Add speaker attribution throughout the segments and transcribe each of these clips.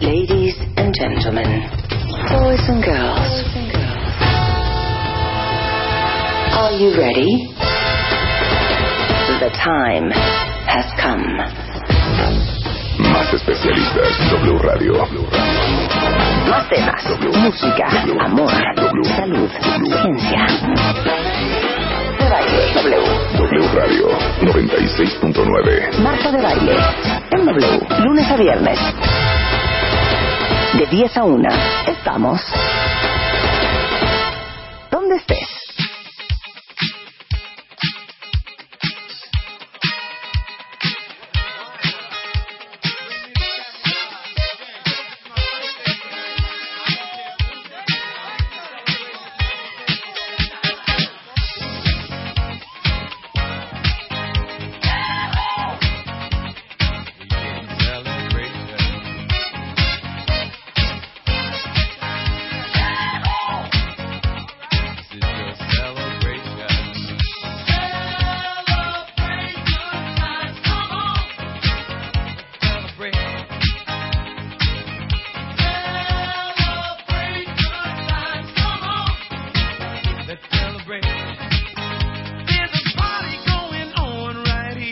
Speaker 1: Ladies and gentlemen, boys and girls, are you ready? The time has come.
Speaker 2: Más especialistas. W Radio.
Speaker 1: Más temas, música, amor, salud, ciencia. De baile, W.
Speaker 2: W Radio 96.9.
Speaker 1: Marta de baile, en W, lunes a viernes. De 10 a 1, estamos. ¿Dónde estés?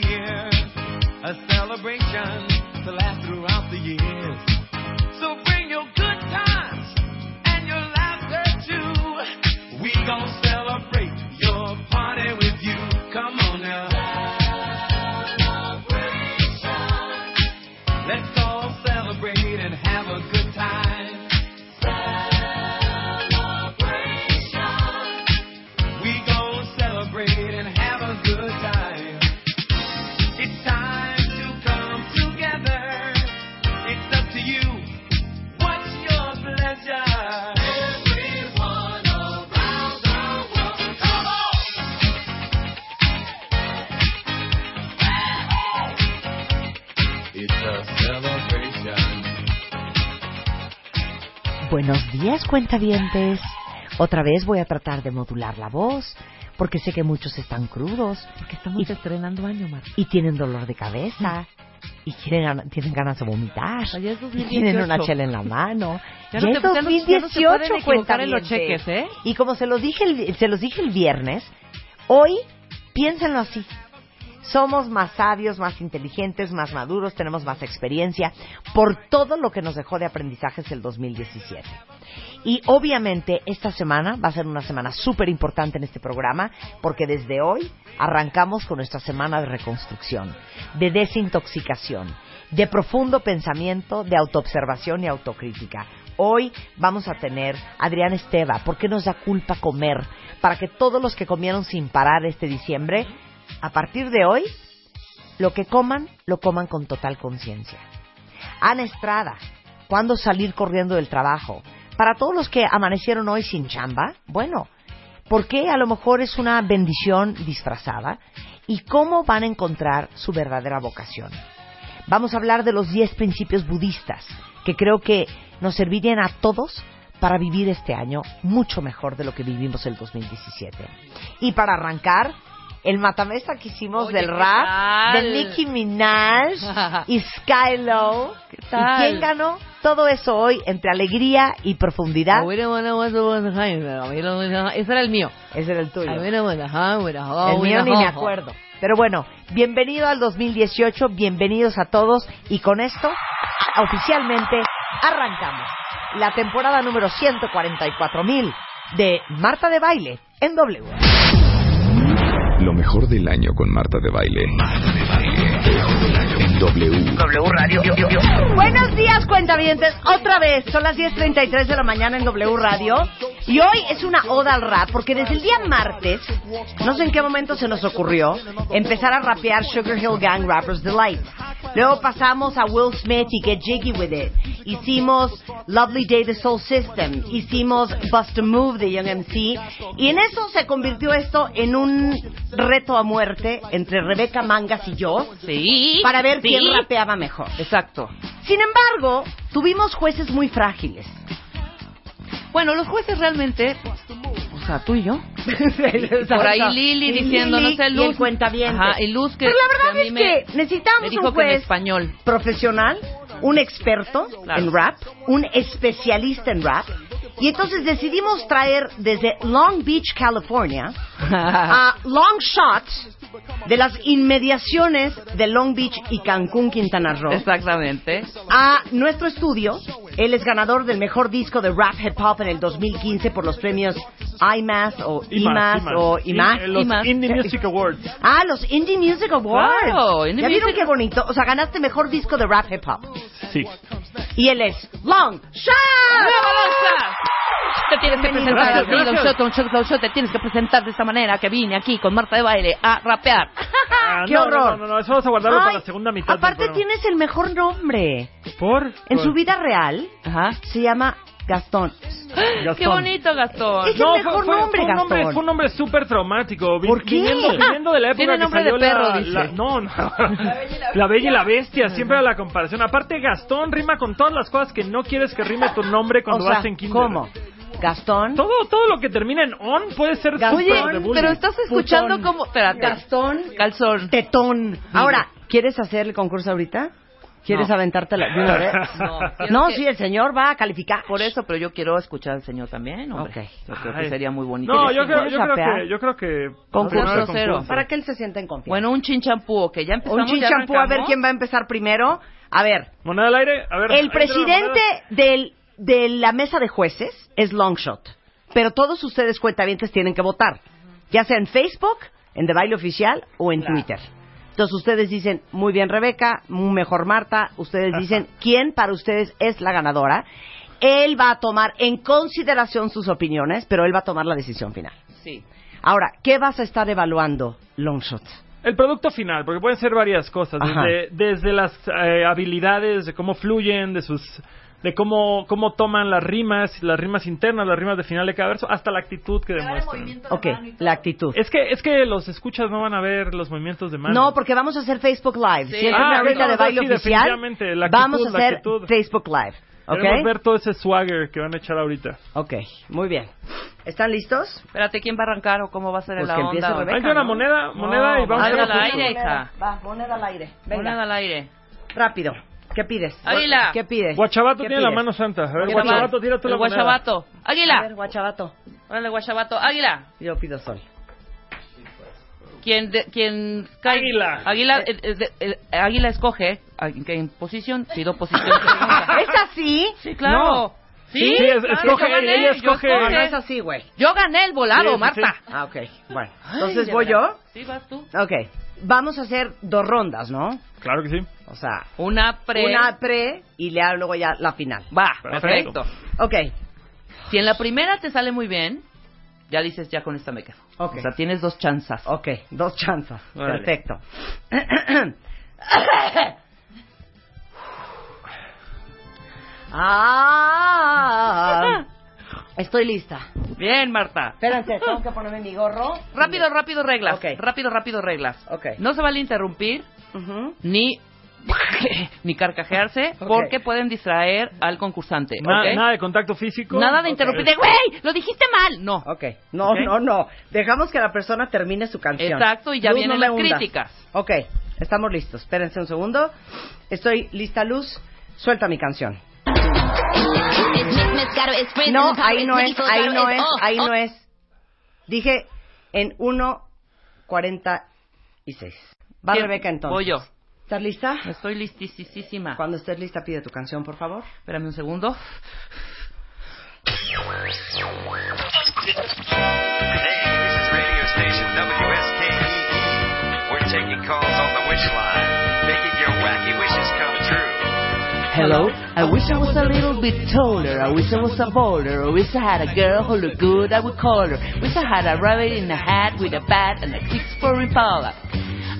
Speaker 3: A celebration to last throughout the years. So bring your good times and your laughter too. We gon' celebrate your party with you. Come on now. Celebration. Let's all celebrate and have a good time. Celebration. We gon' celebrate and have a good time. It's time to come together. It's up to you. What's your pleasure? Everyone around the world, come on!
Speaker 4: It's a celebration.
Speaker 5: Buenos días, cuentavientes. Otra vez voy a tratar de modular la voz, porque sé que muchos están crudos
Speaker 6: Porque estamos
Speaker 5: Y-
Speaker 6: estrenando año, Marta.
Speaker 5: y tienen dolor de cabeza y quieren gana- tienen ganas de vomitar.
Speaker 6: Ya es
Speaker 5: Y
Speaker 6: 2018.
Speaker 5: tienen una chela en la mano.
Speaker 6: Ya no
Speaker 5: es
Speaker 6: te- ya no- ya no se pueden equivocar en los
Speaker 5: cuentavientes.
Speaker 6: cheques, ¿eh?
Speaker 5: Y como se los dije el, se los dije el viernes, hoy piénsenlo así. Somos más sabios, más inteligentes, más maduros, tenemos más experiencia por todo lo que nos dejó de aprendizajes el 2017. Y obviamente esta semana va a ser una semana súper importante en este programa porque desde hoy arrancamos con nuestra semana de reconstrucción, de desintoxicación, de profundo pensamiento, de autoobservación y autocrítica. Hoy vamos a tener a Adrián Esteva, ¿por qué nos da culpa comer? Para que todos los que comieron sin parar este diciembre, a partir de hoy, lo que coman, lo coman con total conciencia. Ana Estrada, ¿cuándo salir corriendo del trabajo? Para todos los que amanecieron hoy sin chamba, bueno, ¿por qué a lo mejor es una bendición disfrazada? ¿Y cómo van a encontrar su verdadera vocación? Vamos a hablar de los 10 principios budistas que creo que nos servirían a todos para vivir este año mucho mejor de lo que vivimos el 2017. Y para arrancar, el matamesta que hicimos
Speaker 6: Oye,
Speaker 5: del
Speaker 6: ¿qué
Speaker 5: rap, de
Speaker 6: tal?
Speaker 5: Nicki Minaj y Skylo.
Speaker 6: ¿Qué
Speaker 5: ¿Y
Speaker 6: tal?
Speaker 5: quién ganó? Todo eso hoy entre alegría y profundidad.
Speaker 6: I wouldn't wanna was the one behind it. I wouldn't wanna- Ese era el mío.
Speaker 5: Ese era el tuyo.
Speaker 6: I wouldn't wanna hide with a hoe,
Speaker 5: El
Speaker 6: with
Speaker 5: mío
Speaker 6: a
Speaker 5: ni me
Speaker 6: hoe.
Speaker 5: acuerdo. Pero bueno, bienvenido al 2018, bienvenidos a todos y con esto oficialmente arrancamos la temporada número 144.000 de Marta de Baile en W.
Speaker 2: Lo mejor del año con Marta de Baile. Marta de Baile. En W.
Speaker 5: Buenos días, cuentavientes. Otra vez, son las 10.33 de la mañana en W Radio.
Speaker 1: Y hoy es una oda al rap, porque desde el día martes, no sé en qué momento se nos ocurrió, empezar a rapear Sugar Hill Gang Rappers Delight. Luego pasamos a Will Smith y Get Jiggy With It. Hicimos Lovely Day The Soul System. Hicimos Bust a Move de Young MC. Y en eso se convirtió esto en un reto a muerte entre Rebeca Mangas y yo
Speaker 6: Sí.
Speaker 1: para ver
Speaker 6: sí.
Speaker 1: quién rapeaba mejor.
Speaker 6: Exacto.
Speaker 1: Sin embargo, tuvimos jueces muy frágiles.
Speaker 6: Bueno, los jueces realmente, o sea, tú y yo. Por ahí Lili
Speaker 1: Y
Speaker 6: diciendo, no sé,
Speaker 1: Y
Speaker 6: Luz.
Speaker 1: el cuentaviente.
Speaker 6: Ajá, y Luz que-
Speaker 1: Pero la
Speaker 6: que
Speaker 1: verdad
Speaker 6: a mí
Speaker 1: es
Speaker 6: me-
Speaker 1: que necesitamos
Speaker 6: me dijo
Speaker 1: un
Speaker 6: que en
Speaker 1: juez
Speaker 6: español.
Speaker 1: profesional, un experto
Speaker 6: Claro.
Speaker 1: en rap, un especialista en rap. Y entonces decidimos traer desde Long Beach, California,
Speaker 6: Ah,
Speaker 1: a Long Shots de las inmediaciones de Long Beach y Cancún, Quintana Roo
Speaker 6: Exactamente.
Speaker 1: a nuestro estudio. Él es ganador del mejor disco de rap hip hop en el 2015 por los premios IMAS o IMAS, o IMAS.
Speaker 7: Sí, Los
Speaker 6: IMAS.
Speaker 7: Indie Music Awards.
Speaker 1: Ah, los Indie Music Awards.
Speaker 6: Claro, Indie
Speaker 1: ¿Ya vieron
Speaker 6: Music-
Speaker 1: qué bonito? O sea, ganaste mejor disco de rap hip hop.
Speaker 7: Sí.
Speaker 1: Y él es Long
Speaker 6: ¡Bravo,
Speaker 1: Shot.
Speaker 6: Loncha! Te tienes que
Speaker 1: Bienvenido.
Speaker 6: presentar así,
Speaker 7: Gracias,
Speaker 6: Don
Speaker 7: gracias.
Speaker 6: Shot, Don Shot, Don Shot, te tienes que presentar de esta manera que vine aquí con Marta de Baile a rapear.
Speaker 7: Ah,
Speaker 1: ¡Qué
Speaker 7: no,
Speaker 1: horror!
Speaker 7: No, no, no, eso vamos a guardarlo para
Speaker 1: Ay,
Speaker 7: la segunda mitad. del
Speaker 1: Aparte
Speaker 7: programa.
Speaker 1: tienes el mejor nombre.
Speaker 7: ¿Por?
Speaker 1: En
Speaker 7: Por-
Speaker 1: su vida real
Speaker 6: Ajá.
Speaker 1: se llama Gastón.
Speaker 7: Gastón.
Speaker 6: ¡Qué bonito, Gastón!
Speaker 1: Es el mejor nombre,
Speaker 7: fue un nombre,
Speaker 1: Gastón.
Speaker 7: fue un nombre súper traumático. vi-
Speaker 1: ¿Por qué?
Speaker 7: Viniendo, viniendo de la época
Speaker 6: Tiene
Speaker 7: que
Speaker 6: nombre de
Speaker 7: salió la-
Speaker 6: perro, dice.
Speaker 7: la- no, no. La Bella y la Bestia, siempre era la comparación. Aparte, Gastón rima con todas las cosas que no quieres que rime tu nombre cuando
Speaker 1: o sea,
Speaker 7: vas en kinder.
Speaker 1: ¿cómo? Gastón.
Speaker 7: Todo, todo lo que termina en on puede ser
Speaker 1: Gastón,
Speaker 7: súper
Speaker 6: Oye,
Speaker 7: de bullying.
Speaker 6: pero estás escuchando
Speaker 1: Putón.
Speaker 6: como... Espérate.
Speaker 1: Gastón.
Speaker 6: Calzón.
Speaker 1: tetón. Ahora, ¿quieres hacer el concurso ahorita? ¿Quieres
Speaker 6: No.
Speaker 1: aventártela de una vez?
Speaker 6: No, quiero
Speaker 1: No,
Speaker 6: que-
Speaker 1: sí, el señor va a calificar.
Speaker 6: Por eso, pero yo quiero escuchar al señor también, hombre.
Speaker 1: Ok.
Speaker 6: Yo creo que
Speaker 7: Ay.
Speaker 6: sería muy bonito.
Speaker 7: No, yo creo,
Speaker 1: ¿Quieres
Speaker 7: yo creo
Speaker 1: rapear?
Speaker 7: que, yo creo que
Speaker 1: Concurso
Speaker 7: primero el
Speaker 6: cero.
Speaker 7: concurso.
Speaker 1: Para que él se sienta en confianza.
Speaker 6: Bueno, un chinchampú, ok. Ya
Speaker 1: un
Speaker 6: empezamos, ya
Speaker 1: chinchampú, a ver
Speaker 6: pues, arrancamos.
Speaker 1: quién va a empezar primero. A ver,
Speaker 7: Moneda al aire, a ver. ahí
Speaker 1: el
Speaker 7: te va la
Speaker 1: presidente
Speaker 7: moneda.
Speaker 1: del, de la mesa de jueces es Longshot. Pero todos ustedes, cuentavientes, tienen que votar. Ya sea en Facebook, en The Baile Oficial o en Twitter. Entonces ustedes dicen, muy bien Rebeca, muy mejor Marta. Ustedes dicen, ¿quién para ustedes es la ganadora? Él va a tomar en consideración sus opiniones, pero él va a tomar la decisión final.
Speaker 6: Sí.
Speaker 1: Ahora, ¿qué vas a estar evaluando, Longshot?
Speaker 7: El producto final, porque pueden ser varias cosas,
Speaker 1: Ajá.
Speaker 7: desde, desde las eh, habilidades, de cómo fluyen, de sus de cómo, cómo toman las rimas, las rimas internas, las rimas de final de cada verso, hasta la actitud que demuestran.
Speaker 1: Ok, la actitud.
Speaker 7: Es que, es que los escuchas no van a ver los movimientos de mano.
Speaker 1: No, porque vamos a hacer Facebook Live.
Speaker 6: Sí.
Speaker 1: Si es
Speaker 6: Ah,
Speaker 1: una
Speaker 7: ahorita,
Speaker 1: regla de
Speaker 7: ahorita
Speaker 1: baile
Speaker 7: sí,
Speaker 1: oficial,
Speaker 7: definitivamente, la
Speaker 1: vamos a
Speaker 7: actitud, la
Speaker 1: hacer
Speaker 7: actitud.
Speaker 1: Facebook Live.
Speaker 7: Queremos ver
Speaker 1: ¿Ok?
Speaker 7: todo ese swagger que van a echar ahorita.
Speaker 1: Ok, muy bien. ¿Están listos?
Speaker 6: Espérate, ¿quién va a arrancar o cómo va a ser
Speaker 1: Pues
Speaker 6: la
Speaker 1: que
Speaker 6: onda?
Speaker 1: empiece
Speaker 6: o-
Speaker 1: Rebeca.
Speaker 7: Hay una
Speaker 1: ¿no?
Speaker 7: moneda, moneda y vamos a
Speaker 6: moneda
Speaker 7: hacer
Speaker 6: al
Speaker 7: un punto.
Speaker 6: aire, hija.
Speaker 1: Va, moneda al aire.
Speaker 6: Moneda al aire.
Speaker 1: Rápido. ¿Qué pides?
Speaker 6: Águila.
Speaker 1: ¿Qué pides?
Speaker 7: Guachabato
Speaker 1: ¿Qué
Speaker 7: tiene la
Speaker 1: pides?
Speaker 7: mano santa. A ver,
Speaker 6: ¿Quién
Speaker 7: Guachabato,
Speaker 6: va?
Speaker 7: tira tú
Speaker 6: El
Speaker 7: la moneda.
Speaker 6: guachabato.
Speaker 1: A ver,
Speaker 6: Águila.
Speaker 1: guachabato.
Speaker 6: Órale, guachabato. Águila.
Speaker 1: Yo pido sol.
Speaker 6: Quien, de- quien cae-
Speaker 7: Águila.
Speaker 6: Águila, eh, eh, de- el- águila escoge a- en qué posición. Pido posición.
Speaker 1: ¿Es así?
Speaker 6: Ah. sí, claro.
Speaker 7: No.
Speaker 6: Sí,
Speaker 7: Sí, sí, es-
Speaker 6: claro,
Speaker 7: escoge,
Speaker 6: yo gané,
Speaker 7: ella
Speaker 6: yo
Speaker 7: escoge.
Speaker 1: No, no
Speaker 7: ¿Qué?
Speaker 1: es así, güey.
Speaker 6: Yo gané el volado,
Speaker 7: Sí, sí,
Speaker 6: Marta.
Speaker 1: Ah, ok. Bueno,
Speaker 6: Ay,
Speaker 1: entonces
Speaker 6: de
Speaker 1: voy yo.
Speaker 6: verdad. Sí, vas tú.
Speaker 1: Ok. Vamos a hacer dos rondas, ¿no?
Speaker 7: Claro que sí.
Speaker 1: O sea,
Speaker 6: Una pre.
Speaker 1: una pre y le hago luego ya la final.
Speaker 6: Va,
Speaker 7: Perfecto.
Speaker 6: perfecto.
Speaker 1: Ok.
Speaker 6: Si en la primera te sale muy bien, ya dices, ya con esta me quedo.
Speaker 1: Ok.
Speaker 6: O sea, tienes dos chanzas.
Speaker 1: Ok, dos chanzas.
Speaker 7: Órale.
Speaker 1: Perfecto. ah, estoy lista.
Speaker 6: Bien, Marta.
Speaker 1: Espérense, tengo que ponerme mi gorro.
Speaker 6: Rápido, rápido reglas.
Speaker 1: Ok.
Speaker 6: Rápido, rápido reglas.
Speaker 1: Ok.
Speaker 6: No se vale interrumpir
Speaker 1: Ujú.
Speaker 6: ni ni carcajearse
Speaker 1: Ok.
Speaker 6: porque pueden distraer al concursante.
Speaker 7: Na-
Speaker 6: ¿ok?
Speaker 7: Nada de contacto físico.
Speaker 6: Nada
Speaker 7: Ok.
Speaker 6: de interrumpir. de, ¡Güey! ¡Lo dijiste mal! No.
Speaker 1: Ok, no,
Speaker 6: Ok.
Speaker 1: no, no. Dejamos que la persona termine su canción.
Speaker 6: Exacto, y ya
Speaker 1: Luz,
Speaker 6: vienen
Speaker 1: no me
Speaker 6: las
Speaker 1: hundas.
Speaker 6: críticas.
Speaker 1: Ok, estamos listos. Espérense un segundo. Estoy lista, Luz. Suelta mi canción.
Speaker 8: Es Miss Mezcaro, es Fritz,
Speaker 1: No,
Speaker 8: es Caro,
Speaker 1: ahí no es,
Speaker 8: Nico,
Speaker 1: ahí
Speaker 8: Caro,
Speaker 1: no es,
Speaker 8: oh,
Speaker 1: ahí
Speaker 8: oh.
Speaker 1: no es. Dije en 1.46. Va
Speaker 6: ¿Quién?
Speaker 1: Rebeca entonces.
Speaker 6: Voy yo. Pues,
Speaker 1: ¿Estás lista?
Speaker 6: Estoy listisísima.
Speaker 1: Cuando estés lista pide tu canción, por favor.
Speaker 6: Espérame un segundo.
Speaker 3: Hey, this is radio station
Speaker 9: E
Speaker 3: WSKEE. We're taking calls on the wish line, making your wacky wishes come true.
Speaker 6: Hello, I wish I was a little bit taller. I wish I was a bowler. I wish I had a girl who looked good. I would call her. Wish I had a rabbit in a hat with a bat and a six for Impala.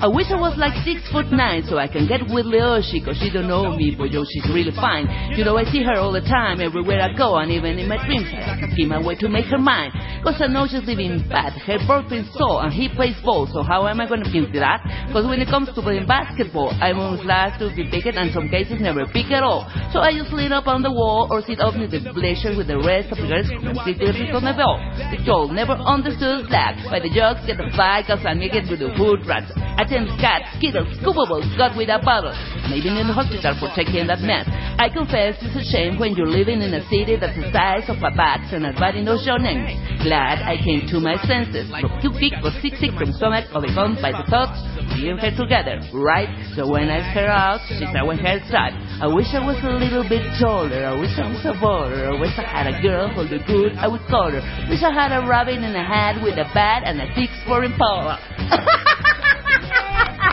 Speaker 6: I wish I was like six foot nine so I can get with Leoshi 'cause she don't know me, but yo, she's really fine. You know, I see her all the time, everywhere I go, and even in my dreams. I scheme my way to make her mine. 'Cause I know she's living bad. Her boyfriend's so, and he plays ball, so how am I going to give that? 'Cause when it comes to playing basketball, I'm almost last to be picked, and some cases never pick at all. So I just lean up on the wall or sit up in the pleasure with the rest of the girls who can sit there on the ball. The Joel never understood that. By the jokes, get the bike, as I make it with the food rats. Attend cats, skittles, scoopables, got with a bottle. Maybe in the hospital for taking that mess. I confess it's a shame when you're living in a city that's the size of a box and nobody knows your name. Glad I came to my senses. But two kick was sick sick from stomach overcome by the thoughts bring her together, right? So when I her out, she's when her side. I wish I was a little bit taller. I wish I was a baller. I wish I had a girl who looked good. I would call her. Wish I had a rabbit in a hat with a bat and a six for Impala.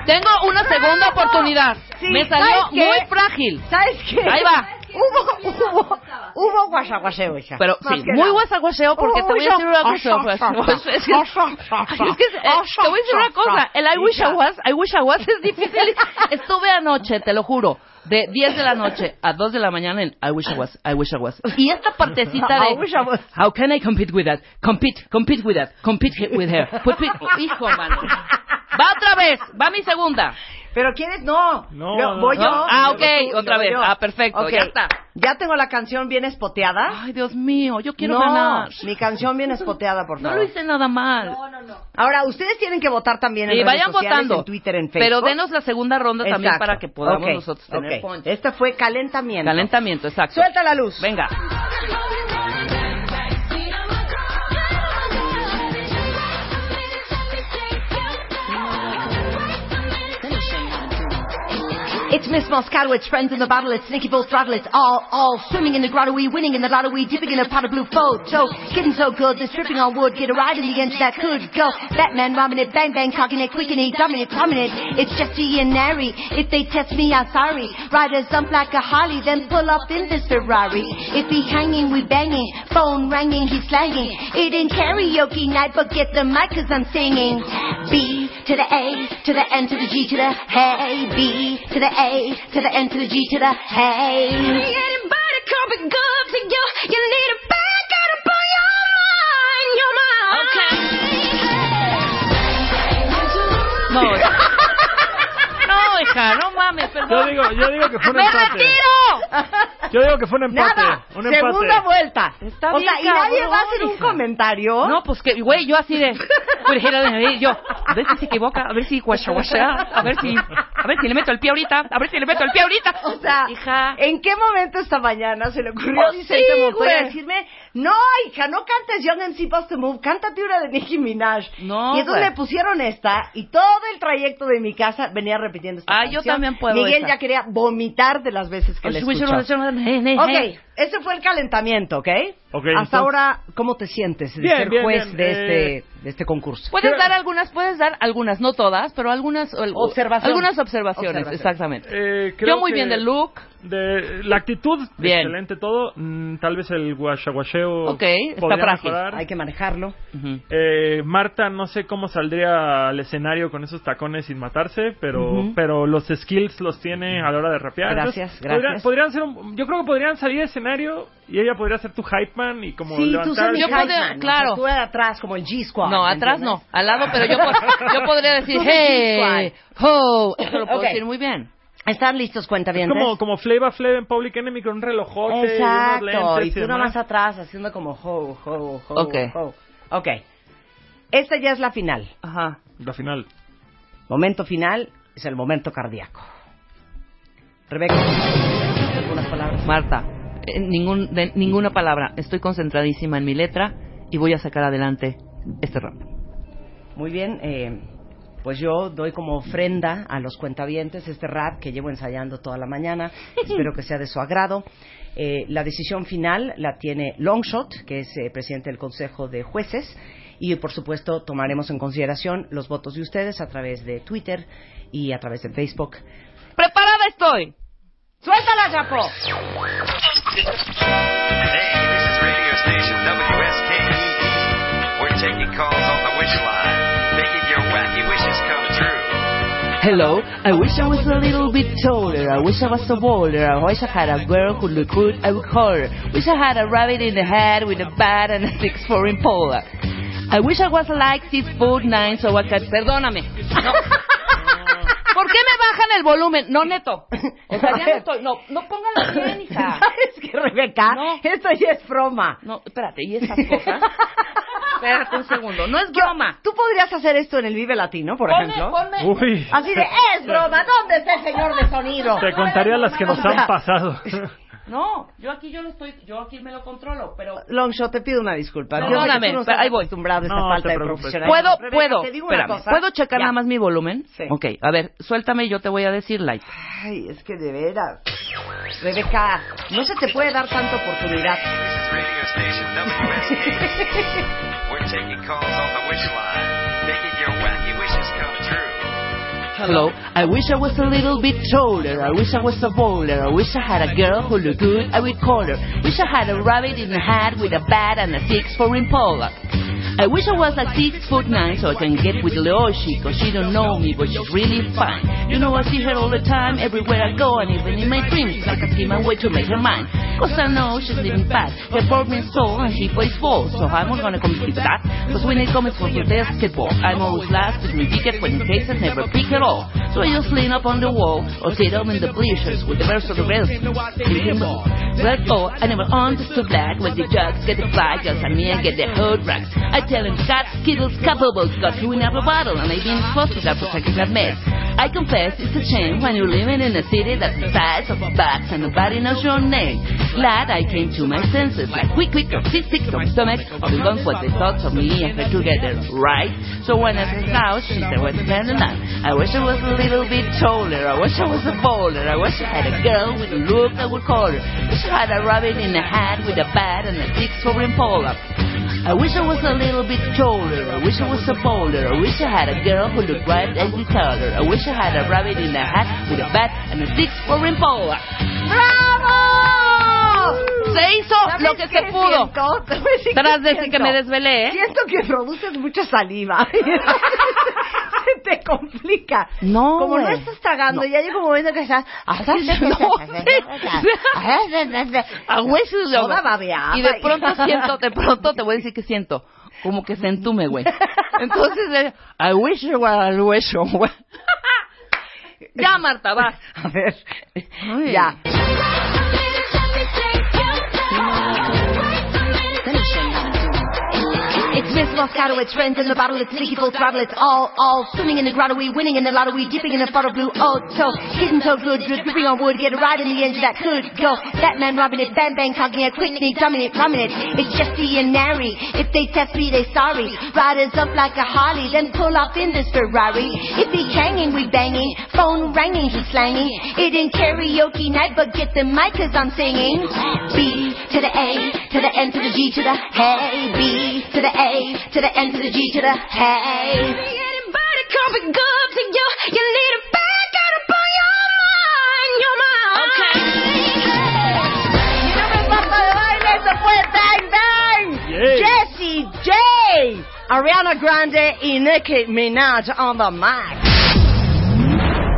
Speaker 6: Tengo una segunda oportunidad.
Speaker 5: Sí,
Speaker 6: Me salió
Speaker 5: ¿sabes qué?
Speaker 6: muy frágil.
Speaker 5: ¿Sabes qué?
Speaker 6: Ahí va.
Speaker 5: Hubo, hubo, hubo guasaguaseo, hija.
Speaker 6: Pero
Speaker 5: Más
Speaker 6: sí,
Speaker 5: que
Speaker 6: muy
Speaker 5: nada.
Speaker 6: guasaguaseo porque te voy a decir una cosa. pues, Es que- Ay, es que, eh, te voy a decir una cosa, el I wish I was, I wish I was es difícil. Estuve anoche, te lo juro, de 10 de la noche a 2 de la mañana en I wish I was, I wish I was. Y esta partecita de
Speaker 5: I wish I was.
Speaker 6: How can I compete with that? Compete, compete with that, compete he- with her. Compete- Hijo, mano. Va otra vez, va mi segunda.
Speaker 5: Pero quieres no.
Speaker 7: No,
Speaker 5: Lo-
Speaker 7: no,
Speaker 5: voy
Speaker 7: no.
Speaker 5: yo.
Speaker 6: Ah, ok,
Speaker 5: Luego tú,
Speaker 6: otra
Speaker 5: luego
Speaker 6: vez. Ah, perfecto,
Speaker 5: Ok.
Speaker 6: ya está.
Speaker 5: Ya tengo la canción bien espoteada.
Speaker 6: Ay, Dios mío, yo quiero
Speaker 5: no,
Speaker 6: ganar.
Speaker 5: mi canción bien espoteada, por
Speaker 6: No
Speaker 5: favor.
Speaker 6: lo hice nada mal.
Speaker 5: Ahora, ustedes tienen que votar también en
Speaker 6: Y
Speaker 5: redes
Speaker 6: vayan
Speaker 5: sociales,
Speaker 6: votando.
Speaker 5: en Twitter, en Facebook.
Speaker 6: Pero denos la segunda ronda también
Speaker 5: Exacto.
Speaker 6: para que podamos
Speaker 5: Ok,
Speaker 6: nosotros tener
Speaker 5: ok.
Speaker 6: ponche.
Speaker 5: Esta fue calentamiento.
Speaker 6: Calentamiento, exacto.
Speaker 5: Suelta la luz.
Speaker 6: Venga.
Speaker 1: It's Miss Moscato, it's friends in the bottle, it's Nicky Bull Throttle, it's all, all swimming in the grotto, we winning in the lotto, we dipping in a pot of blue fold. So, getting so good, they're stripping on wood, get a ride in the end that could go. Batman robbing it, bang bang cocking it, quick and he dominant, prominent. It's Jesse and Nary, if they test me, I'm sorry. Riders dump like a Harley, then pull up in this Ferrari. If he hanging, we banging, phone ringing, he's slanging. It ain't karaoke night, but get the mic cause I'm singing. B to the A, to the N to the G to the hey. B to the A, to the N to the G to the hey. Anybody come and go up to you, you need a bag, gotta blow your mind, your mind.
Speaker 6: Okay. No. No, hija, no mames, perdón.
Speaker 7: Yo digo, yo digo que fue un
Speaker 5: ¡Me
Speaker 7: empate.
Speaker 5: retiro!
Speaker 7: Yo digo que fue un empate.
Speaker 5: Nada.
Speaker 7: Un empate.
Speaker 5: Segunda vuelta.
Speaker 6: Está
Speaker 5: o
Speaker 6: bien,
Speaker 5: sea, y nadie
Speaker 6: cabrón,
Speaker 5: va a hacer un
Speaker 6: hija.
Speaker 5: comentario.
Speaker 6: No, pues que, güey, yo así de. Güey, era de- Yo, a ver si se equivoca, a ver si guasha guasha, a ver si. A ver si le meto el pie ahorita, a ver si le meto el pie ahorita.
Speaker 5: O sea,
Speaker 6: hija.
Speaker 5: ¿en qué momento esta mañana se le ocurrió a
Speaker 6: Pues
Speaker 5: Vicente
Speaker 6: sí,
Speaker 5: Montoya
Speaker 6: güey.
Speaker 5: decirme, no, hija, no cantes Young MC Post to Move, cántate una de Nicki Minaj?
Speaker 6: No,
Speaker 5: Y entonces
Speaker 6: güey.
Speaker 5: me pusieron esta, y todo el trayecto de mi casa venía repitiendo esta
Speaker 6: Ah, yo
Speaker 5: canción.
Speaker 6: también puedo
Speaker 5: Miguel
Speaker 6: esa.
Speaker 5: ya quería vomitar de las veces que le escuchó. Ok,
Speaker 6: Ok.
Speaker 5: ese fue el calentamiento, ¿ok?
Speaker 7: Ok,
Speaker 5: Hasta
Speaker 7: entonces-
Speaker 5: ahora, ¿cómo te sientes de
Speaker 7: Bien,
Speaker 5: ser
Speaker 7: bien,
Speaker 5: juez
Speaker 7: bien,
Speaker 5: de,
Speaker 7: eh,
Speaker 5: este, de este concurso?
Speaker 6: Puedes
Speaker 7: Creo-
Speaker 6: dar algunas, puedes dar algunas, no todas, pero algunas al-
Speaker 5: Observación.
Speaker 6: algunas observaciones,
Speaker 5: Observación.
Speaker 6: exactamente.
Speaker 7: Eh, creo
Speaker 6: Yo muy
Speaker 7: que
Speaker 6: bien del look,
Speaker 7: de- la actitud,
Speaker 6: Bien.
Speaker 7: excelente todo. Mm, tal vez el guachaguacheo.
Speaker 6: Ok, está
Speaker 7: podría
Speaker 6: frágil.
Speaker 7: mejorar.
Speaker 5: Hay que manejarlo.
Speaker 6: Ujú.
Speaker 7: Eh, Marta, no sé cómo saldría al escenario con esos tacones sin matarse, pero, pero los skills los tiene a la hora de rapear.
Speaker 5: Gracias,
Speaker 7: Entonces, podrían-
Speaker 5: gracias.
Speaker 7: podrían ser un- yo creo que podrían salir al escenario y ella podría ser tu hype man y como
Speaker 5: Sí, tú
Speaker 7: levantar.
Speaker 5: sabes,
Speaker 6: Yo
Speaker 5: Hype
Speaker 6: podría-
Speaker 5: Man, o sea,
Speaker 6: claro.
Speaker 5: tú de atrás, como el G-Squad.
Speaker 6: No,
Speaker 5: ¿me
Speaker 6: atrás
Speaker 5: entiendes?
Speaker 6: no, al lado, pero yo, po- yo podría decir,
Speaker 5: Tú
Speaker 6: hey,
Speaker 5: eres
Speaker 6: ho, eso lo puedo
Speaker 5: Ok.
Speaker 6: decir muy bien.
Speaker 5: ¿Están listos, cuentavientes?
Speaker 7: como, como Flava Flav en Public Enemy con un relojote y unos
Speaker 5: Exacto,
Speaker 7: lentes
Speaker 5: y tú
Speaker 7: demás.
Speaker 5: nomás atrás haciendo como ho, ho, ho,
Speaker 6: Ok.
Speaker 5: ho. Ok. Esta ya es la final.
Speaker 6: Ajá.
Speaker 7: La final.
Speaker 5: Momento final es el momento cardíaco. Rebeca, algunas palabras.
Speaker 6: Marta, eh, ningún, de- ninguna palabra, estoy concentradísima en mi letra y voy a sacar adelante este rap.
Speaker 5: Muy bien, eh, pues yo doy como ofrenda a los cuentavientes este rap que llevo ensayando toda la mañana. Espero que sea de su agrado. Eh, la decisión final la tiene Longshot, que es eh, presidente del Consejo de Jueces. Y por supuesto tomaremos en consideración los votos de ustedes a través de Twitter y a través de Facebook.
Speaker 6: ¡Preparada estoy!
Speaker 1: Suéltala, Chapo.
Speaker 9: Hey, this is radio station WSKEE. E We're taking calls on the wish line, making your wacky wishes come true.
Speaker 6: Hello, Oh, I wish I was a little bit taller. I wish I was a baller. I wish I had a girl who looked good. I would call her. Wish I had a rabbit in the head with a bat and a six four impala. I wish I was like six foot nine so I could. Perdóname. No. ¿Por qué me bajan el volumen? No, neto. O sea, ya no estoy. No, no póngalo bien, hija.
Speaker 5: ¿Sabes qué, Rebeca?
Speaker 6: No.
Speaker 5: Esto ya es broma.
Speaker 6: No, espérate, ¿y esas cosas? Espérate un segundo. No es broma.
Speaker 5: ¿Tú podrías hacer esto en el Vive Latino, por
Speaker 6: Ponme,
Speaker 5: ejemplo?
Speaker 6: ponme.
Speaker 7: Uy,
Speaker 5: Así de, "Eh, es broma, ¿dónde está el señor de sonido?
Speaker 7: te contaría las que nos han pasado.
Speaker 6: No, yo aquí yo lo estoy, yo aquí me lo controlo, pero
Speaker 5: Longshot, te pido una disculpa. Yo sé que
Speaker 6: Perdóname,
Speaker 5: tú no
Speaker 6: pero
Speaker 5: estás
Speaker 6: ahí voy.
Speaker 5: acostumbrado a esta
Speaker 7: No,
Speaker 5: falta
Speaker 7: te
Speaker 5: de
Speaker 7: preocupes.
Speaker 5: profesionalismo.
Speaker 6: puedo,
Speaker 5: Rebeca,
Speaker 6: puedo.
Speaker 5: Te digo una
Speaker 6: Espérame,
Speaker 5: cosa.
Speaker 6: ¿Puedo checar
Speaker 5: Ya.
Speaker 6: nada más mi volumen?
Speaker 5: Sí.
Speaker 6: Ok, a ver, suéltame y yo te voy a decir like.
Speaker 5: Ay, es que de veras. Rebeca, no se te puede dar tanta oportunidad.
Speaker 9: This is radio station WSKE. E We're taking calls on the wish line, making your wacky wishes come true.
Speaker 6: Hello, I wish I was a little bit taller. I wish I was a bowler. I wish I had a girl who looked good. I would call her. Wish I had a rabbit in a hat with a bat and a six for impala. I wish I was like six foot nine so I can get with Leoshi, cause she don't know me, but she's really fine. You know I see her all the time, everywhere I go, and even in my dreams, I can see my way to make her mine. Cause I know she's living fast, her boardman's soul, and she plays ball, so I'm not gonna compete with that. Cause when it comes for the basketball, I'm always last with my ticket when in case I never pick at all. So I just lean up on the wall, or sit down in the bleachers with the rest of the rest. Red ball, I never understood black, when the jocks get the fly, just and me I get the hood racks. I tell him, Scott, Skittles, Cupables, got you in every bottle, and I've been posted up for second that mess. I confess, it's a shame when you're living in a city that's the size of a box and nobody knows your name. Glad I came to my senses, like quick, quick, or sick, sick, or stomach, or the guns what they thought of me and her together, right? So when I was out, she said, what's the night? I wish I was a little bit taller, I wish I was a bowler, I wish I had a girl with a look that would call her, I wish I had a rabbit in a hat with a bat and a six for impala. I wish I was a little bit taller. I wish I was a bowler. I wish I had a girl who looked right as the taller. I wish I had a rabbit in a hat with a bat and a six for impala.
Speaker 5: ¡Bravo!
Speaker 6: Se hizo
Speaker 5: ¿Sabes
Speaker 6: lo que
Speaker 5: qué
Speaker 6: se pudo.
Speaker 5: siento? ¿Sabes qué
Speaker 6: Tras decir que
Speaker 5: siento?
Speaker 6: me desvelé, ¿eh?
Speaker 5: Siento que produces mucha saliva. Se te complica.
Speaker 6: No, eh.
Speaker 5: Como no
Speaker 6: güey.
Speaker 5: estás tragando, ya llega un momento que estás.
Speaker 6: A huesos, loco.
Speaker 5: Toda babeada.
Speaker 6: Y de pronto siento, de pronto te voy a decir que siento. Como que se entume, güey. Entonces, eh, I wish I was a hueso, güey. Ya, Marta, vas.
Speaker 5: A ver.
Speaker 6: Ay.
Speaker 5: Ya.
Speaker 1: It's Miss Moscato, it's friends in the bottle, it's Nicky Full Throttle, it's all, all swimming in the grotto, we winning in the lotto, we dipping in the bottle blue, oh, so, getting so good, dri- dripping on wood, get a ride in the engine that could go, Batman robbing it, bam bang talking it, quickly drumming it, rumming it, it's Jesse and Mary, if they test me, they sorry, riders up like a Harley, then pull off in this Ferrari, it be hanging, we banging, phone ringing, he slanging, it in karaoke night, but get the mic cause I'm singing, B to the A, to the N to the G to the hey, B to the A, to the N to the G to the hey. Anybody coming good to you, you need a bag, gotta put your mind, your mind. Okay.
Speaker 5: Eso fue Bang Bang.
Speaker 7: Yay.
Speaker 5: Jessie J. Ariana Grande y Nicki Minaj on the mic.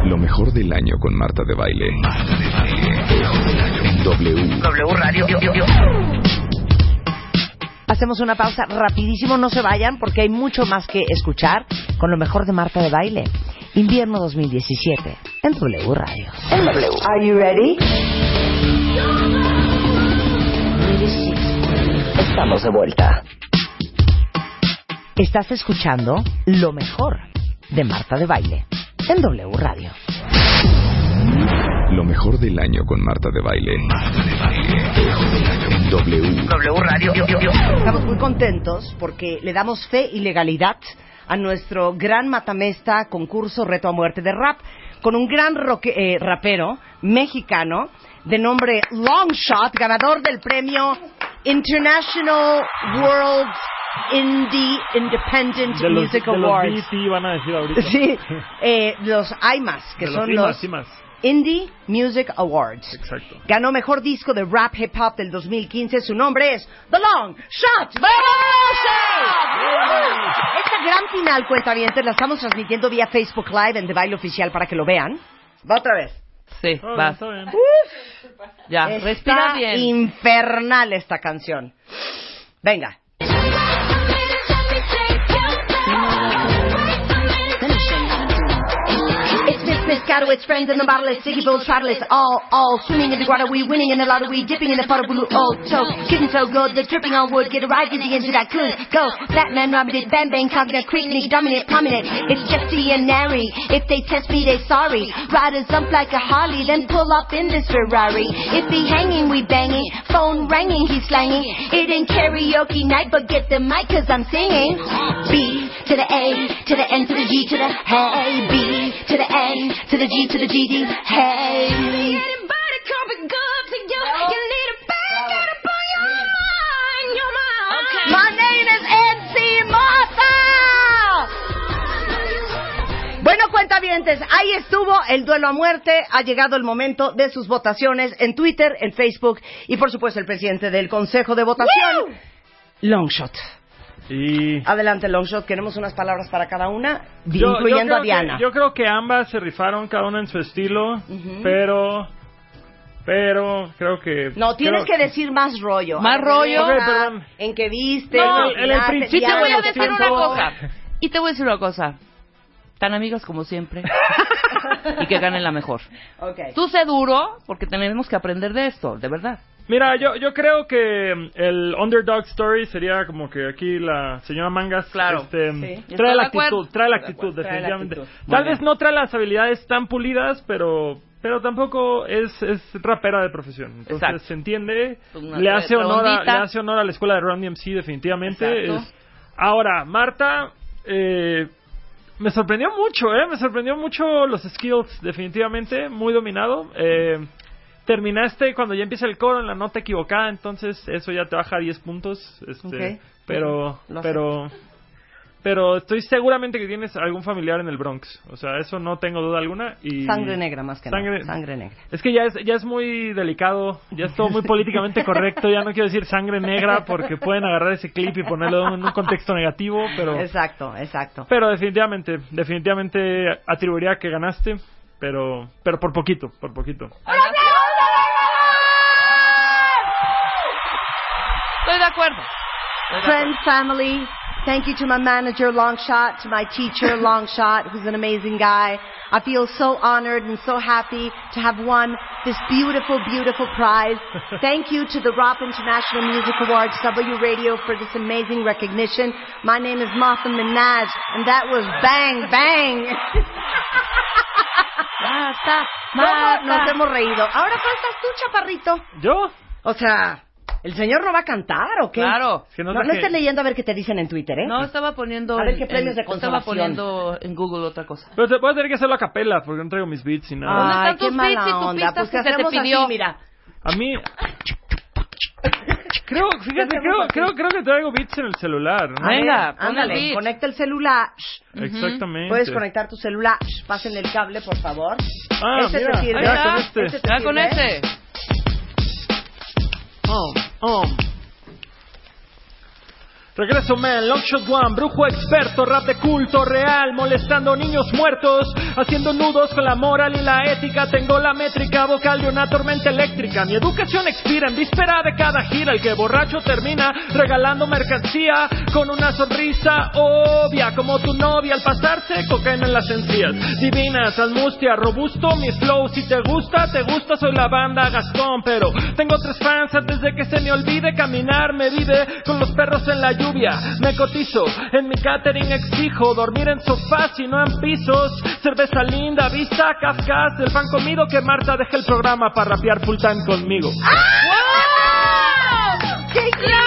Speaker 2: Lo mejor del año con Marta de Baile. Marta de Baile. En W.
Speaker 5: Hacemos una pausa rapidísimo, no se vayan porque hay mucho más que escuchar con lo mejor de Marta de Baile. Invierno 2017 en W Radio. En W. Are you ready? Estamos de vuelta. Estás escuchando lo mejor de Marta de Baile en W Radio.
Speaker 2: Lo mejor del año con Marta de Baile. Marta de Baile. En W.
Speaker 5: Estamos muy contentos porque le damos fe y legalidad a nuestro gran matamesta concurso Reto a Muerte de Rap con un gran roque- eh, rapero mexicano de nombre Longshot, ganador del premio International World Indie Independent
Speaker 7: De los,
Speaker 5: Music
Speaker 7: de los
Speaker 5: Awards.
Speaker 7: BET van a decir ahorita.
Speaker 5: Sí, eh, los IMAS, que
Speaker 7: De los
Speaker 5: son
Speaker 7: IMAs,
Speaker 5: los
Speaker 7: IMAs.
Speaker 5: Indie Music Awards.
Speaker 7: Exacto.
Speaker 5: Ganó mejor disco de rap hip hop del 2015. Su nombre es The Long Shot Version. Esta gran final, cuentavientes, la estamos transmitiendo vía Facebook Live en The Baile Oficial para que lo vean. Va otra vez.
Speaker 6: Sí,
Speaker 7: Está bien,
Speaker 6: vas.
Speaker 7: está bien.
Speaker 6: Ya,
Speaker 5: Está
Speaker 6: respira bien.
Speaker 5: infernal esta canción. Venga.
Speaker 1: It's Miss Miss Catowitz, friends in the bottle, it's Ziggy Bulls, travelers, all, all swimming in the water, we winning in the lottery, dipping in the pot of blue, oh, so, getting so good, the dripping on wood, get a ride to the engine, I could go, that man robbed it, bam bang, confident, creepy, dominant, prominent, it's Jesse and Nary, if they test me, they sorry, riders up like a Harley, then pull up in this Ferrari, if he hanging, we banging, phone ringing, he slanging, it ain't karaoke night, but get the mic, cause I'm singing, B to the A, to the N, to the G, to the hey, B to the N, to the G, to the G, D, hey. Anybody come and go to you? You need a bag, gotta pull your line, you're mine. My name is NC Martha.
Speaker 5: Bueno, cuentavientes, ahí estuvo el duelo a muerte. Ha llegado el momento de sus votaciones en Twitter, en Facebook y, por supuesto, el presidente del Consejo de Votación, Longshot.
Speaker 7: Y
Speaker 5: Adelante, Longshot. Queremos unas palabras para cada una, di-
Speaker 7: Yo- yo
Speaker 5: incluyendo
Speaker 7: creo
Speaker 5: a Diana.
Speaker 7: que- yo creo que ambas se rifaron cada una en su estilo, pero pero creo que
Speaker 5: No, tienes
Speaker 7: creo-
Speaker 5: que decir más rollo.
Speaker 6: Más
Speaker 5: Ah,
Speaker 6: rollo.
Speaker 7: Ok, perdón.
Speaker 5: ¿En qué viste?
Speaker 7: No,
Speaker 5: ¿Qué
Speaker 7: en el
Speaker 5: opinaste?
Speaker 7: principio-
Speaker 6: Sí te
Speaker 5: Diana,
Speaker 6: voy a
Speaker 5: lo
Speaker 6: decir una
Speaker 5: siento.
Speaker 6: cosa. Y te voy a decir una cosa. Tan amigos como siempre. y que ganen la mejor.
Speaker 5: Ok.
Speaker 6: Tú sé duro, porque tenemos que aprender de esto, de verdad.
Speaker 7: Mira, yo, yo creo que mm, el underdog story sería como que aquí la señora Mangas
Speaker 6: Claro.
Speaker 7: este, mm,
Speaker 6: Estoy
Speaker 7: trae, la
Speaker 6: de acuerdo.
Speaker 7: actitud, trae la
Speaker 6: Estoy de
Speaker 7: actitud,
Speaker 6: acuerdo. Trae la
Speaker 7: definitivamente.
Speaker 6: actitud. Muy
Speaker 7: Tal
Speaker 6: bien.
Speaker 7: vez no trae las habilidades tan pulidas, pero pero tampoco es, es rapera de profesión. Entonces
Speaker 6: Exacto.
Speaker 7: se entiende,
Speaker 6: Una
Speaker 7: le, hace honor a, le
Speaker 6: redondita.
Speaker 7: hace honor a la escuela de Run DMC definitivamente.
Speaker 6: Exacto.
Speaker 7: Es- Ahora, Marta... Eh, me sorprendió mucho, ¿eh? Me sorprendió mucho los skills, definitivamente, muy dominado. Eh, terminaste cuando ya empieza el coro en la nota equivocada, entonces eso ya te baja 10 puntos. Este,
Speaker 5: Ok.
Speaker 7: Pero,
Speaker 5: Lo
Speaker 7: pero, pero estoy seguramente que tienes algún familiar en el Bronx. O sea, eso no tengo duda alguna. Y
Speaker 5: Sangre negra, más que
Speaker 7: Sangre-
Speaker 5: nada. Sangre negra.
Speaker 7: Es que ya es, ya es muy delicado, ya es todo muy políticamente correcto, ya no quiero decir sangre negra porque pueden agarrar ese clip y ponerlo en un contexto negativo, pero...
Speaker 5: Exacto, exacto.
Speaker 7: Pero definitivamente, definitivamente atribuiría que ganaste, pero pero por poquito, por poquito.
Speaker 6: Estoy de acuerdo.
Speaker 5: Friends, family, thank you to my manager, Longshot, to my teacher, Longshot, who's an amazing guy. I feel so honored and so happy to have won this beautiful, beautiful prize. Thank you to the Rop International Music Awards, W Radio, for this amazing recognition. My name is Martha Minaj, and that was Bang Bang.
Speaker 6: Basta,
Speaker 5: ¿Cómo nos
Speaker 6: basta.
Speaker 5: hemos reído? Ahora faltas tú, chaparrito.
Speaker 7: ¿Yo?
Speaker 5: O sea, ¿el señor no va a cantar o qué?
Speaker 6: Claro.
Speaker 7: Es que
Speaker 5: No,
Speaker 7: no
Speaker 5: no,
Speaker 7: traje-
Speaker 5: estés leyendo a ver qué te dicen en Twitter, ¿eh?
Speaker 6: No, estaba poniendo...
Speaker 5: A ver
Speaker 6: en-
Speaker 5: qué premios
Speaker 6: en-
Speaker 5: de consolación.
Speaker 6: Estaba poniendo en Google otra cosa.
Speaker 7: Pero te, Pues, voy a tener que hacerlo a capela porque no traigo mis beats y nada.
Speaker 6: ¿Dónde
Speaker 5: Ay,
Speaker 6: están
Speaker 5: qué
Speaker 6: tus beats
Speaker 5: mala
Speaker 6: y tus
Speaker 5: onda.
Speaker 6: pistas
Speaker 5: Pues
Speaker 6: que se
Speaker 5: que
Speaker 6: te
Speaker 5: hacemos así,
Speaker 6: pidió?
Speaker 5: mira.
Speaker 7: A mí Creo, fíjate, creo, creo, creo que traigo beats en el celular.
Speaker 5: A
Speaker 6: Venga,
Speaker 5: ver,
Speaker 6: pon el
Speaker 5: ándale,
Speaker 6: beat.
Speaker 5: conecta el celular. Shh.
Speaker 7: Exactamente.
Speaker 5: Puedes conectar tu celular. Shh, Pásenle el cable, por favor.
Speaker 7: Ah,
Speaker 5: Este te
Speaker 7: mira,
Speaker 5: sirve.
Speaker 7: ahí está,
Speaker 6: Ah,
Speaker 7: con este.
Speaker 5: te
Speaker 6: Ya con
Speaker 5: sirve. ¿eh?
Speaker 6: ese.
Speaker 7: Regreso Man, Longshot One, brujo experto, rap de culto real, molestando niños muertos, haciendo nudos con la moral y la ética, tengo la métrica vocal de una tormenta eléctrica, mi educación expira en víspera de cada gira, el que borracho termina regalando mercancía con una sonrisa obvia, como tu novia al pasarse cocaína en las encías, divina, transmustia, robusto, mi flow, si te gusta, te gusta, soy la banda Gastón, pero tengo tres fans antes de que se me olvide caminar, me vive con los perros en la lluvia, me cotizo, en mi catering exijo dormir en sofás y no en pisos, cerveza linda, vista, Kafkas, el pan comido que Marta deja el programa para rapear full time conmigo.
Speaker 6: Ah,
Speaker 5: ¡Qué increíble!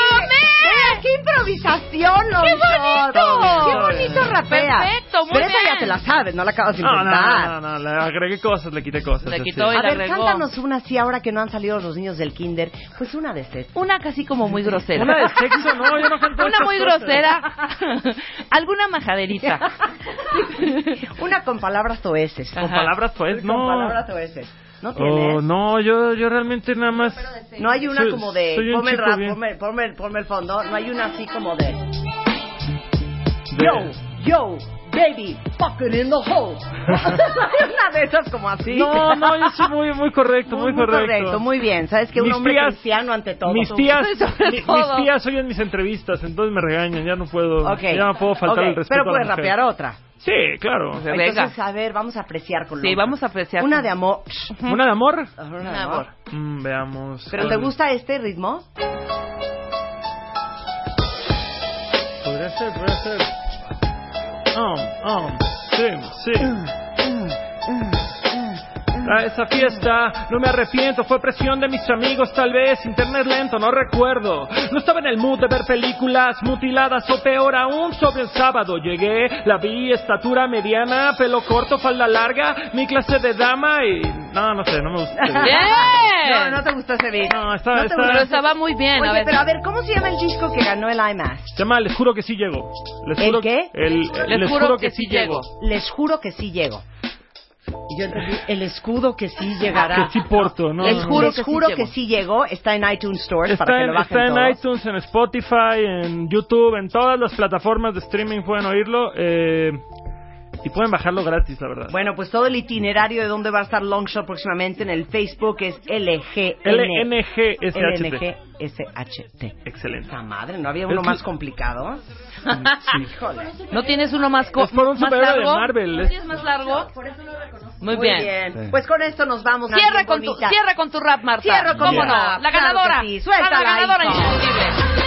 Speaker 5: ¡Qué improvisación, ¡Qué
Speaker 6: bonito!
Speaker 5: ¡Qué bonito rapea!
Speaker 6: Perfecto, muy
Speaker 5: Pero esa ya
Speaker 6: bien.
Speaker 5: te la sabes, no la acabas de
Speaker 7: No,
Speaker 5: inventar.
Speaker 7: no, no, no, no, le agregué cosas, le quité cosas.
Speaker 6: Le
Speaker 7: es
Speaker 6: quitó
Speaker 7: decir.
Speaker 6: y-
Speaker 5: A
Speaker 6: la
Speaker 5: ver,
Speaker 6: regó.
Speaker 5: cántanos una así ahora que no han salido los niños del kinder. Pues una de estas.
Speaker 6: Una casi como muy grosera.
Speaker 7: Una de sexo, no, yo no canto
Speaker 6: Una
Speaker 7: esas
Speaker 6: muy
Speaker 7: cosas.
Speaker 6: grosera. Alguna majaderita.
Speaker 5: Una con palabras toeses.
Speaker 7: Con palabras, pues,
Speaker 5: Con
Speaker 7: no.
Speaker 5: palabras toeses. No tienes.
Speaker 7: Oh, no, yo, yo realmente nada más.
Speaker 5: No hay una
Speaker 7: Soy-
Speaker 5: como de.
Speaker 7: soy un
Speaker 5: Ponme el
Speaker 7: chico
Speaker 5: rap,
Speaker 7: bien.
Speaker 5: ponme, ponme el- ponme el fondo. No hay una así como de.
Speaker 7: de-
Speaker 5: Yo, yo, baby, fucking in the hole. una de esas como así.
Speaker 7: No, no, yo soy muy, muy correcto, muy, correcto.
Speaker 5: Muy bien. Sabes que un
Speaker 7: Mis
Speaker 5: hombre
Speaker 7: tías-
Speaker 5: cristiano ante todo.
Speaker 7: Mis
Speaker 5: tú-
Speaker 7: tías,
Speaker 5: tú sobre
Speaker 7: mi- mis
Speaker 5: todo.
Speaker 7: tías oyen mis entrevistas, entonces me regañan, ya no puedo,
Speaker 5: Ok.
Speaker 7: ya no puedo faltar
Speaker 5: Ok,
Speaker 7: el respeto.
Speaker 5: Pero puedes
Speaker 7: a la mujer.
Speaker 5: rapear otra.
Speaker 7: Sí, claro.
Speaker 5: Entonces, a ver, vamos a apreciar con
Speaker 10: Sí,
Speaker 5: Londra.
Speaker 10: vamos a apreciar.
Speaker 5: Una de amor.
Speaker 7: ¿Una de amor?
Speaker 5: Ajá, Una de
Speaker 10: Un
Speaker 5: amor.
Speaker 10: amor.
Speaker 7: Mm, veamos.
Speaker 5: ¿Pero
Speaker 7: ¿cuál-
Speaker 5: te gusta este ritmo?
Speaker 7: Podría ser, podría ser. Um, um, sí, sí. A esa fiesta, no me arrepiento, fue presión de mis amigos, tal vez internet lento, no recuerdo. No estaba en el mood de ver películas mutiladas o peor aún sobre el sábado. Llegué, la vi, estatura mediana, pelo corto, falda larga, mi clase de dama y... No, no sé, no me gusta.
Speaker 10: Bien.
Speaker 5: No, no te gustó ese beat.
Speaker 7: No, está-
Speaker 5: te
Speaker 7: está-
Speaker 5: gustó.
Speaker 10: Pero estaba muy bien. a
Speaker 5: Oye,
Speaker 10: ver.
Speaker 5: pero a ver, ¿cómo se llama el disco que ganó el IMAX?
Speaker 7: Chama, les juro que sí llego. Les
Speaker 5: ¿El
Speaker 7: juro,
Speaker 5: qué?
Speaker 7: el- les, juro, que, sí llego.
Speaker 5: Les juro que sí llego. Y yo entendí, el escudo que sí llegará.
Speaker 7: Que sí porto, ¿no?
Speaker 5: les
Speaker 7: no, no.
Speaker 5: juro, les juro que,
Speaker 10: llego.
Speaker 5: sí llegó. Está en iTunes Store pues, para
Speaker 7: Está,
Speaker 5: que
Speaker 7: en,
Speaker 5: lo bajen
Speaker 7: está en
Speaker 5: todos.
Speaker 7: iTunes, en Spotify, en YouTube, en todas las plataformas de streaming pueden oírlo. eh, y pueden bajarlo gratis, la verdad.
Speaker 5: Bueno, pues todo el itinerario de dónde va a estar Longshot próximamente en el Facebook es LGN.
Speaker 7: LNGSHT.
Speaker 5: LNGSHT.
Speaker 7: Excelente.
Speaker 5: Esa madre, ¿no había uno
Speaker 7: Es-
Speaker 5: más complicado? Híjole.
Speaker 10: ¿No tienes uno más co-
Speaker 7: Es por un
Speaker 10: más
Speaker 7: superhéroe de
Speaker 10: largo?
Speaker 7: Marvel,
Speaker 10: ¿No
Speaker 7: es-
Speaker 10: tienes más largo? Muy
Speaker 5: Muy
Speaker 10: bien.
Speaker 5: bien. Pues con esto nos vamos.
Speaker 10: Cierra
Speaker 5: Ángel
Speaker 10: con, tu,
Speaker 5: Bonita.
Speaker 10: cierra con tu rap, Marta.
Speaker 5: Cierro con
Speaker 10: ¿Cómo
Speaker 7: mi
Speaker 10: no?
Speaker 5: rap,
Speaker 10: La
Speaker 5: claro
Speaker 10: ganadora.
Speaker 5: que sí. Suéltala,
Speaker 10: la ganadora
Speaker 5: hijo.
Speaker 10: indiscutible.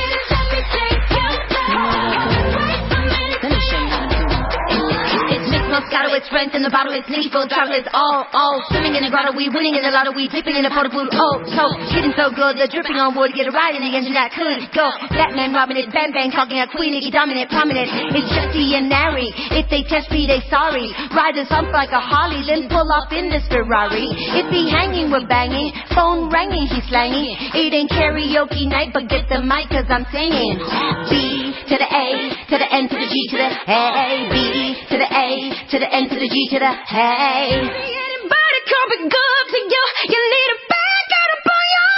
Speaker 6: It's mixed Moscato, it's French in the bottle, it's Nicky full travel, it's all, all swimming in the grotto, we winning in the lotto, we dipping in the portable, oh, so getting so good, the dripping on wood, get a ride in the engine that could go. Batman robbing it, bang bang talking at Queen, Iggy dominant, prominent, it's Jesse and Nary. If they test me, they sorry. Riders hump like a Harley, then pull up in this Ferrari. It be hanging, we're banging, phone ringing, he's slanging. It ain't karaoke night, but get the mic cause I'm singing. B to the A, to the N to the G to the A, B to the A, to the N to the G to the A. Anybody coming good to you? You need a bag, gotta blow your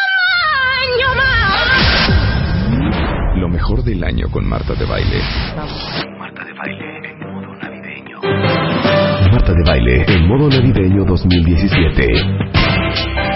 Speaker 6: mind, your mind.
Speaker 2: Lo mejor del año con Marta de Baile.
Speaker 11: Marta de baile en modo navideño.
Speaker 2: Marta de Baile en modo navideño 2017.